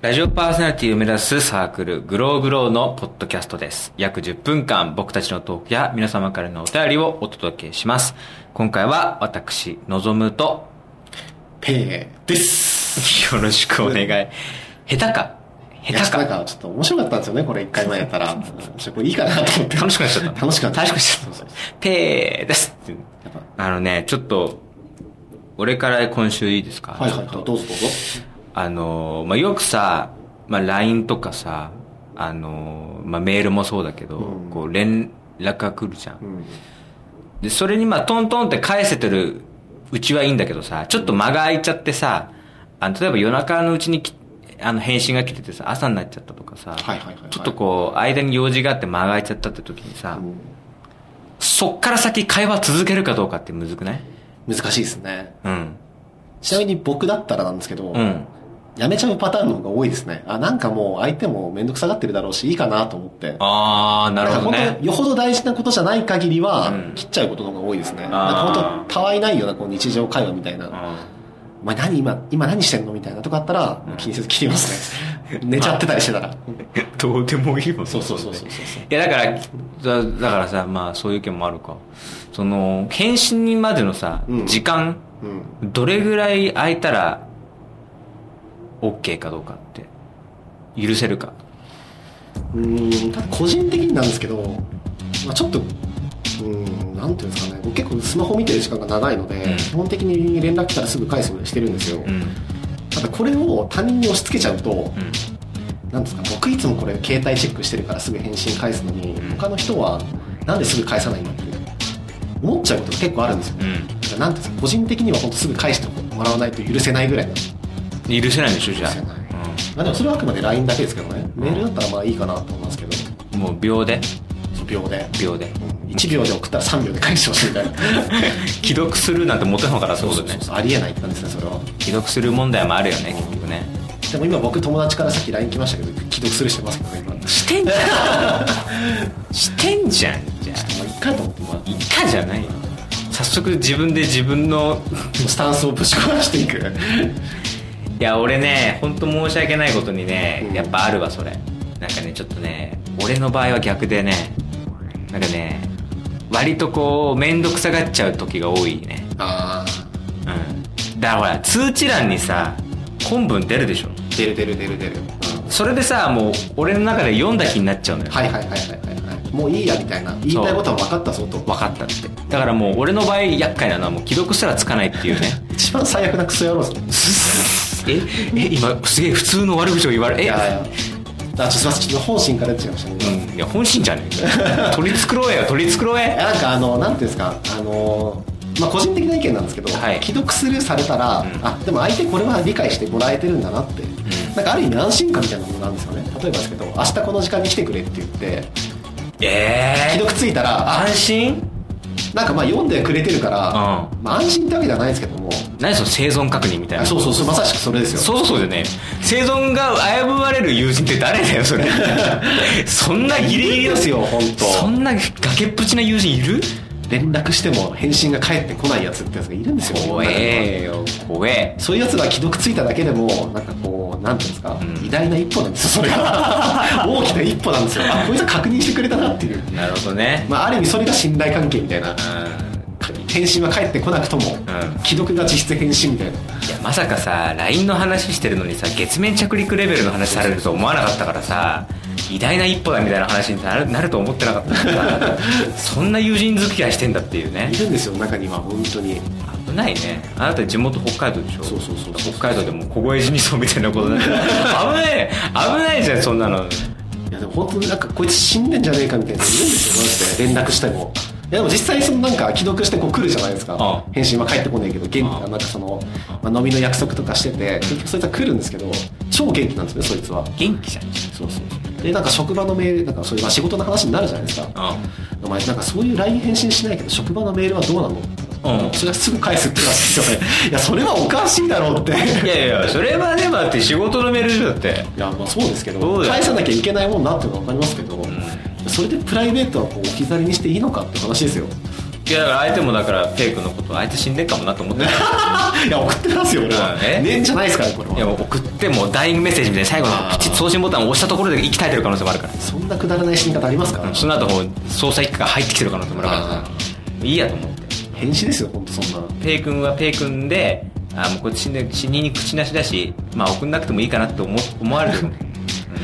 ラジオパーソナリティを目指すサークル、グローグローのポッドキャストです。約10分間、僕たちのトークや皆様からのお便りをお届けします。今回は、私、のぞむと、ペーです。よろしくお願い。下手か下いや手ちょっとなんかか、ちょっと面白かったんですよね、これ一回前やったら。うんちょっとこれいいかなと思って。楽しくなっちゃった。楽しくなっちゃった。楽しくなっちそゃっうそうた。ペーですってやっあのね、ちょっと、俺から今週いいですかぱはいはいちょっはい、とどうぞどうぞ。あのー、まあ、よくさ、まあ、LINE とかさ、あのー、まあ、メールもそうだけど、うんこう、連絡が来るじゃん。うん。で、それにまあ、トントンって返せてるうちはいいんだけどさ、ちょっと間が空いちゃってさ、あの、例えば夜中のうちにきあの、返信が来ててさ、朝になっちゃったとかさ、はいはいはいはいちょっとこう、間に用事があって間が空いちゃったって時にさ、うんそっから先会話続けるかどうかってむずくない難しいですね。うん。ちなみに僕だったらなんですけどう、ん。やめちゃうパターンの方が多いですね。あ、なんかもう相手もめんどくさがってるだろうし、いいかなと思って。あー、なるほどなんかね本。当よほど大事なことじゃない限りは、うん切っちゃうことの方が多いですね。なんあーか本当たわいないようなこう日常会話みたいな。お前何今、今何してんのみたいなとこあったら、もう気にせず切ります ね。寝ちゃってたりしてたら。 どうでもいいもんそうそうそうそうそう。いやだからだだからさまあそういう意見もあるかその返信までのさ、うん時間うん。どれぐらい空いたら OK かどうかって許せるかうーん、ただ個人的になんですけど、まあちょっと、うーん、なんていうんですかね、僕結構スマホ見てる時間が長いので、うん基本的に連絡来たらすぐ返すようにしてるんですよ。うんうんただこれを他人に押し付けちゃうと、なんですか、僕いつもこれ携帯チェックしてるからすぐ返信返すのに、うん他の人はなんですぐ返さないのって思っちゃうことが結構あるんですよ。うだからなんていうんですか、個人的には本当すぐ返してもらわないと許せないぐらいなんですん許せないんでしょじゃあ許せないまあでもそれはあくまで LINE だけですけどね。メールだったらまあいいかなと思いますけど、うん、もう秒で秒で。秒でうん1秒で送ったら3秒で返してほしいみたいな。既読するなんてモテのからそうだそうよねそうそうありえないってなんですね、それは。既読する問題もあるよね結局ねでも今僕友達からさっき LINE 来ましたけど、既読するしてますけどね、今。ちょしてんじ ゃんしてんじゃんじゃあっとまあいっかと思って、まあ、いかじゃないよ早速自分で自分のスタンスをぶち壊していく。いや俺ね本当申し訳ないことにねうんやっぱあるわそれなんかねちょっとね俺の場合は逆でねなんかね割とこう面倒くさがっちゃう時が多いね あうんだからほら通知欄にさ本文出るでしょー、出る出る出る出る。うんそれでさもう俺の中で読んだ気になっちゃうのよはいはいはいはいはいはい。もういいやみたいな。言いたいことは分かったぞと。分かったってだからもう俺の場合厄介なのはもう既読すらつかないっていう ね一番最悪なクソ野郎ですね。ええ今すげえ普通の悪口を言われえいやいや。あ、ちょっとすいません、ちょっと本心から出ちゃいましたね。うんいや本心じゃねえか取り繕えよ取り繕いえやなんかあのなんていうんですかあのまあ個人的な意見なんですけど、はい既読スルーされたら、んあでも相手これは理解してもらえてるんだなって、なんかある意味安心感みたいなものなんですよね例えばですけど明日この時間に来てくれって言ってえ既え読ついたらあ安心なんかまあ読んでくれてるから、うまあ、安心ってわけじゃないですけども何その生存確認みたいあなそうそうそうまさしくそれですよそうそうそうじゃねえ生存が危ぶまれる友人って誰だよ それそんなギリギリですよ本当そんな崖っぷちな友人いる連絡しても返信が返ってこないやつってやつがいるんですよ怖えよ怖えそういうやつが既読ついただけでもなんかこうなんていうんですか、ん偉大な一歩なんですよそれ が大きな一歩なんですよあこいつは確認してくれたなっていうなるほどねまあある意味それが信頼関係みたいなうん返信は返ってこなくとも、既読が実質返信みたいないやまさかさ LINE の話してるのにさ月面着陸レベルの話されると思わなかったからさ偉大な一歩だみたいな話になるなると思ってなかった からさそんな友人付き合いしてんだっていうねいるんですよ中には本当に危ないねあなた地元北海道でしょそうそうそうそう北海道でも凍え死にそうみたいなことだけど危ない危ないじゃんそんなのいやでも本当になんかこいつ死んでんじゃねえかみたいな人いるんですよマジで連絡してもいやでも実際そのなんか既読してこう来るじゃないですかああ返信は返ってこないけど元気ああなんかその、まあ、飲みの約束とかしてて結局そいつは来るんですけど超元気なんですねそいつは元気じゃんそうそうでなんか職場のメールなんかそういうまあ仕事の話になるじゃないですかお前なんかそういう LINE 返信しないけど職場のメールはどうなのうんそれはすぐ返すってなってよねいやそれはおかしいだろうっていいやいやそれはでもだって仕事のメールだってやまあそうですけそうどだよ返さなきゃいけないもんなっていうのは分かりますけど、それでプライベートはこう置き去りにしていいのかって話ですよいやだから相手もだからペイ君のことあいつ死んでっかもなと思 ってた いや送ってますよ俺はうんえ念じゃないですからこれはいやもう送ってもうダイイングメッセージみたいに最後のピチッ送信ボタンを押したところで息絶えてる可能性もあるからそんなくだらない死に方ありますか、その後こう捜査一課が入ってきてる可能性もあるからさいいやと思って変死ですよ本当そんなペイ君はペイ君であもうこっち死んで死にに口なしだしまあ送んなくてもいいかなって思思われるう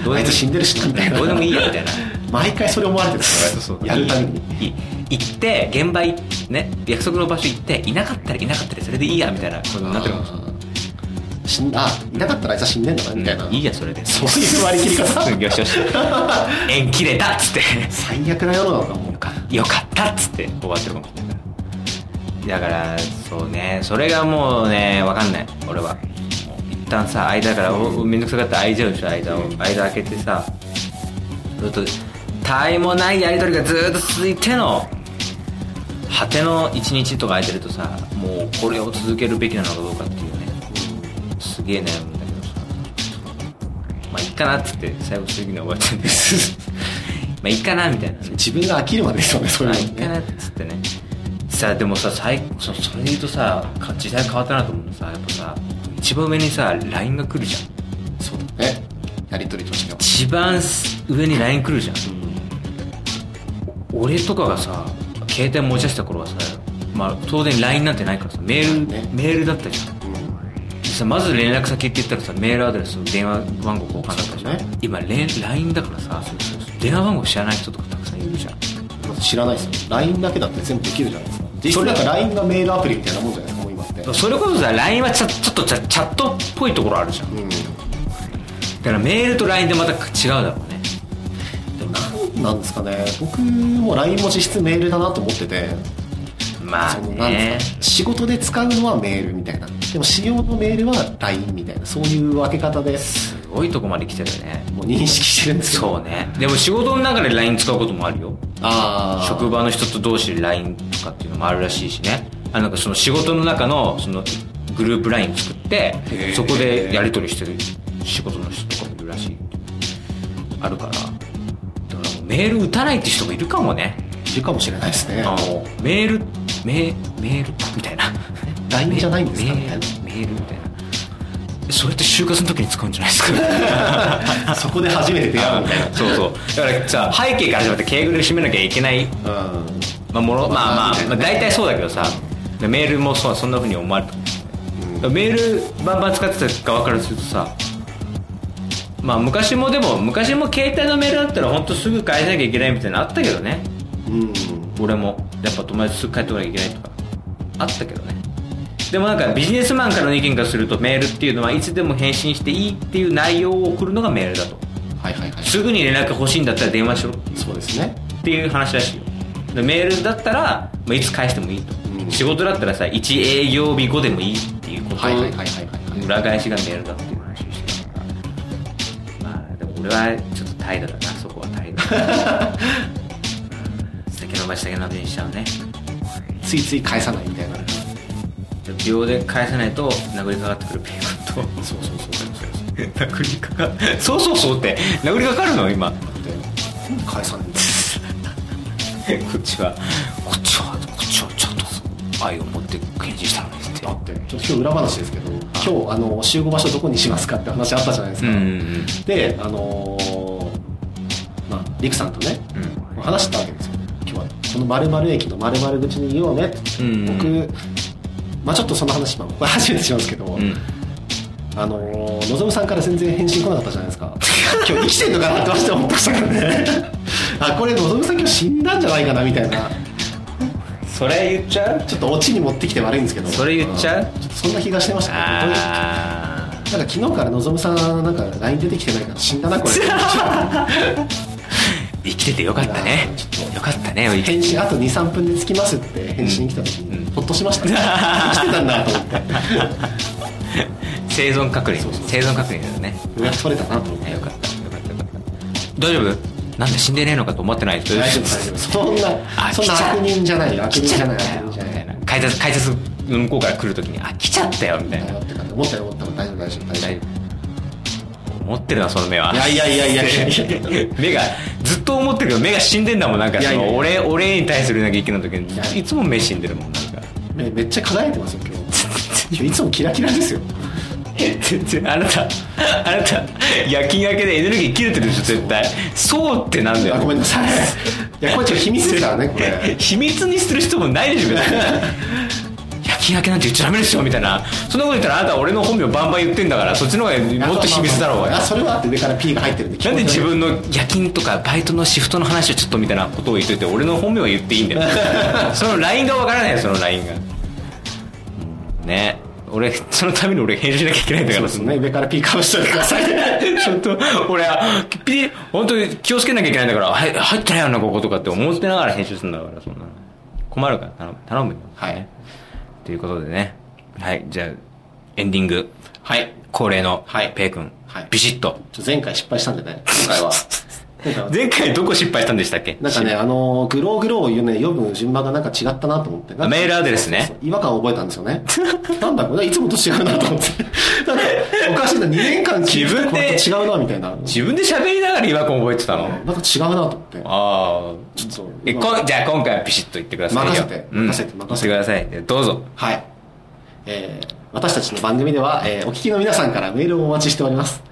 んどうあでいもつ死んでるしなみたいなどうでもいいやみたいな毎回それ思われてるんですよやるためにいい行って現場行ってね約束の場所行っていなかったらいなかったらそれでいいやみたいなことになってるかもしれない死んだあいなかったらあいつは死んでんのかなみたいな、うんいいやそれでそういう割り切り方うんよしよ し縁切れたっつって最悪な世の中もよかよかったっつって終わってるかもしれないからだからそうねそれがもうね分かんない俺はもう一旦さ間だからお面倒くさかったら空いちゃうでしょ間を間開けてさずっと他愛もないやり取りがずっと続いての果ての一日とか空いてるとさもうこれを続けるべきなのかどうかっていうねすげえ悩むんだけどさまあいいかなっつって最後次に終わっちゃうんです まあいいかなみたいな自分が飽きるまでですよねそうまあいいいうかのなねっつってねさあでもさ最そそれで言うとさか時代変わったなと思うのさやっぱさ一番上にさ LINE が来るじゃんそうだねやり取りとしては一番す上に LINE 来るじゃん俺とかがさ携帯持ち出した頃はさまあ当然 LINE なんてないからさメール、ねメールだったじゃんさまず連絡先って言ったらさメールアドレスと電話番号交換だったじゃん、そうだね今連 LINE だからさ電話番号知らない人とかたくさんいるじゃんまず知らないですよ LINE だけだって全部できるじゃないですか実際なんか LINE がメールアプリみたいなもんじゃないですかもう今ってそれこそさ LINE はちょちょっとチャチャットっぽいところあるじゃんだからメールと LINE でまた違うだろうねうんなんですかね僕も LINE も実質メールだなと思っててまあそのなんねですか仕事で使うのはメールみたいなでも仕様のメールは LINE みたいなそういう分け方ですごいとこまで来てるねもう認識してるんですけどそうねでも仕事の中で LINE 使うこともあるよああ職場の人と同士で LINE とかっていうのもあるらしいしねあなんかその仕事の中のそのグループ LINE 作ってへーそこでやり取りしてる仕事の人とかもいるらしいあるからだからもうメール打たないって人もいるかもねいるかもしれないですねあのメールメメールみたいな LINE じゃないんですかメールメールみたいなそれって就活の時に使うんじゃないですかそこで初めて出会うみたい そうそうだからさ背景から始まって敬語で締めなきゃいけない、なうんまあ、ものまあまあ、ままあ、あ大体そうだけどさでメールもそうそんなふうに思われた、メールバンバン使ってた側からするとさまあ昔もでも昔も携帯のメールだったら本当すぐ返さなきゃいけないみたいなのあったけどねうん俺もやっぱ友達すぐ帰ってこなきゃいけないとかあったけどねでもなんかビジネスマンからの意見からするとメールっていうのはいつでも返信していいっていう内容を送るのがメールだとはいはいはいすぐに連絡欲しいんだったら電話しろそうですねっていう話らしいよでメールだったら、まあ、いつ返してもいいと、うん仕事だったらさ1営業日後でもいいっていうことはいはいはいはいはい裏返しがメールだっていう話をしてたからまあでも俺はちょっと態度だなそこは態度 うん酒飲まし酒飲みにしちゃうねついつい返さないみたいな秒で返さないと殴りかかってくるペイ君とそうそうそうそう殴りかか そうそうそうって殴りかかるの今こで返さないんですっちはこっちはこっちはちょっと愛を持って返事したのにってだってちょっと今日裏話ですけど今日あの集合場所どこにしますかって話あったじゃないですうか、んうんであのーまあ陸さんとね、う話したわけですよ今日はこの〇〇駅の〇〇口にいようねって、うん僕まあちょっとその話、まあ、これ初めてしますけど、うんあのー、のぞむさんから全然返信来なかったじゃないですか今日生きてんのかなってまして思ってまし たからねあこれのぞむさん今日死んだんじゃないかなみたいなそれ言っちゃうちょっとオチに持ってきて悪いんですけどそれ言っちゃうんちょっとそんな気がしてましたね本当にああなんか昨日からのぞむさんなんか LINE 出てきてないから死んだ なこ生きててよかったねあーちょっとよかったねれ生き返信あと23分で着きますって返信来た時に、うんほっとしました生きてたんだと思って生存確認そうそうそう生存確認だよね予約取れたなと思っあてよかったよかったよかった大丈夫なんで死んでねえのかと思ってない大丈夫大丈夫そんなそんな悪人じゃない悪人じゃない悪人みじたゃないいな改札改札の向こうから来るときにあ来ちゃったよみたいなだよってか思ったよ思ったよ大丈夫大丈夫大大丈丈夫持ってるなその 目はいやいやいやいやいやいや目がずっと思ってるけど目が死んでんだもんなんかいやいやいやその俺俺に対するなきゃいけない時いやにいつも目死んでるもんなんかめめっちゃ輝いてますよ今日 今日いつもキラキラですよ全然あなたあなた夜勤明けでエネルギー切れてるでしょ絶対そうってなんだよあごめんなさいいやこれちょっと秘密ですからねこれ 秘密にする人もないでしょ別に 夜勤明けなんて言っちゃダメでしょみたいなそんなこと言ったらあなた俺の本名バンバン言ってんだからそっちの方がもっと秘密だろうがあそれはあって上から P が入ってるんでなんで自分の夜勤とかバイトのシフトの話をちょっとみたいなことを言っといて俺の本名は言っていいんだ よその LINE がわからないよその LINE がね俺そのために俺編集しなきゃいけないんだそかうらですね上から P かぶしておいてください ちょっと俺はピリ本当に気をつけなきゃいけないんだからはい入ってないよなこことかって思ってながら編集するんだからそんなの困るから頼む頼むよはいということでねはいじゃあエンディングはい恒例のはいペイ君、はいビシッとちょ前回失敗したんでね今回は今 回は前回どこ失敗したんでしたっけなんかね、あのーグローグローを言うね、読む順番がなんか違ったなと思って。なんかメールアドレスねそうそう違和感を覚えたんですよね。なんだこれ、いつもと違うなと思って。なんか、おかしいな、2年間聞いて自分これでと違うな、みたいな。なんか自分で喋りながら違和感覚えてたの、違うなと思って。ああちょっとえこんじゃあ今回はビシッと言ってくださいよ任せてうん、任せて任せ言っててくださいどうぞはい。えー私たちの番組では、えーお聞きの皆さんからメールをお待ちしております。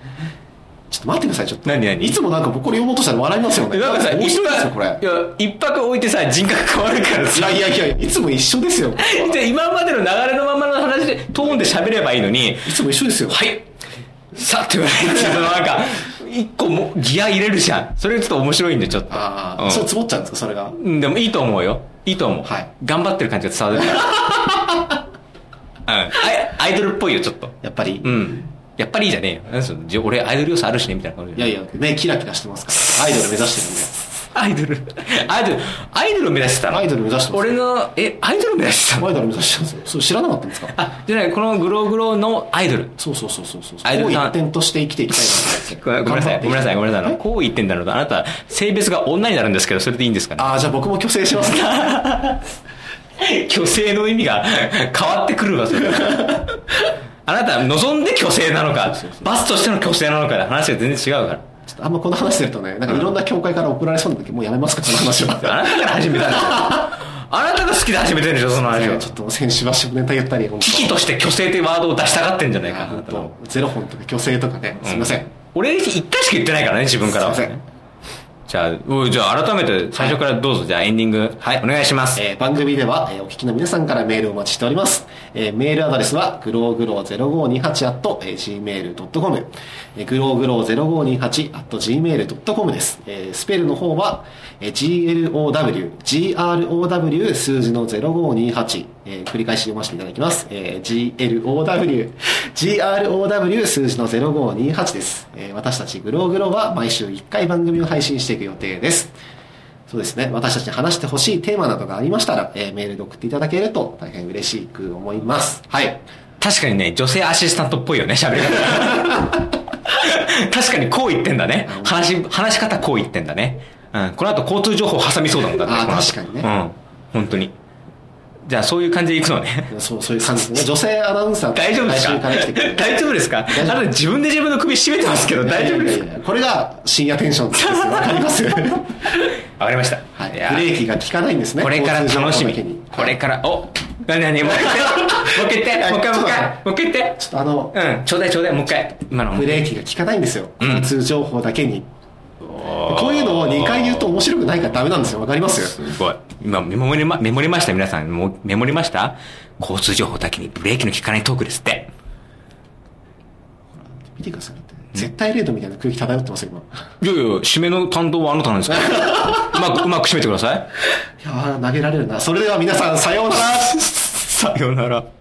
ちょっと待ってください、ちょっと。何何いつもなんか僕これ読もうとしたら笑いますよね。えなんかさ面一白いですよ、泊これ。いや一泊置いてさ人格変わるからいさやいやいや、いつも一緒ですよ。じゃあ今までの流れのままの話でトーンで喋ればいいのにいつも一緒ですよ。はいさあって言われてそのなんか一個もギア入れるじゃんそれちょっと面白いんでちょっとああ、うんそれつぼっちゃうんですか、それが。うんでもいいと思うよいいと思う、はい頑張ってる感じが伝わるからうんアイアイドルっぽいよちょっとやっぱり。うん。やっぱりいいじゃねえよなんすよじゃ。俺アイドル要素あるしね、みたいな感じいやいや、目キラキラしてますから。アイドル目指してアイドル。アイドル、アイドルを目指してたる のんで。アイドル目指してます。俺の、え、アイドルを目指してたのアイドル目指してますよ。そう知らなかったんですかあ、じゃない、このグローグローのアイドル。そうそうそうそうそう。アイドルさん一点として生きていきたいごめんごめんなさい、ごめんなさい、ごめんなさい。あのい。こう言ってんだろうと、あなた、性別が女になるんですけど、それでいいんですかねああ、じゃあ僕も虚勢しますね。虚勢の意味 が変わってくるわ、それ。あなた、望んで虚勢なのか、バスとしての虚勢なのかで話が全然違う から。ちょっとあんまこの話するとね、なんかいろんな教会から怒られそうなんだけど、もうやめますか、その話は。 あなたから始めたんでしょ。あなたが好きで始めてるんでしょ、その話を。ちょっと先週は下ネタ言ったり、本危機として虚勢ってワードを出したがってんじゃない当かあーな本と当ゼロ本とか虚勢とかね、すいません。俺一回しか言ってないからね自分からはすいませんじゃあおいじゃあ改めて最初からどうぞじゃあエンディングはいお願いしますえー番組では、えーお聞きの皆さんからメールをお待ちしております、えーメールアドレスはグローグロー0528 gmail.com えーグローグロー0528 gmail.com です、えースペルの方は、えー GLOW GROW 数字の0528、えー繰り返し読ませていただきます、えー GLOW GROW 数字の0528です、えー私たちグローグローは毎週1回番組を配信していく予定ですそうですね。私たちに話してほしいテーマなどがありましたら、えーメールで送っていただけると大変嬉しく思います。はい。確かにね女性アシスタントっぽいよね喋り方 確かにこう言ってんだね話し話し方こう言ってんだね、うん、この後交通情報挟みそうだもんだってあーこの後確かにうん本当にじゃあそういう感じでいくのね そう、そういう感じですね。女性アナウンサー大丈夫ですか来週から来てくれる大丈夫ですか大丈夫あなた自分で自分の首絞めてますけど大丈夫ですいやいやいかやこれが深夜テンションですよ。わかりますはい。わかりましたいやーブレーキが効かないんですね。これから楽しみ交通情報だけにこれからお何 何もう一回もう一回言ってもう一回もう一回もう一回言ってちょっとあの、うんちょうだいちょうだいもう一回今のブレーキが効かないんですよ。うん交通情報だけに。こういうのを2回言うと面白くないからダメなんですよ。わかりますすごい今メモりまメモりました皆さんもうメモりました交通情報だけにブレーキの効かないトークですって見てください。絶対レードみたいな空気漂ってますよ、今。いいやいや締めの担当はあなたなんですからう まくうまく締めてくださいやー、投げられるな。それでは皆さん、さようなら さよなら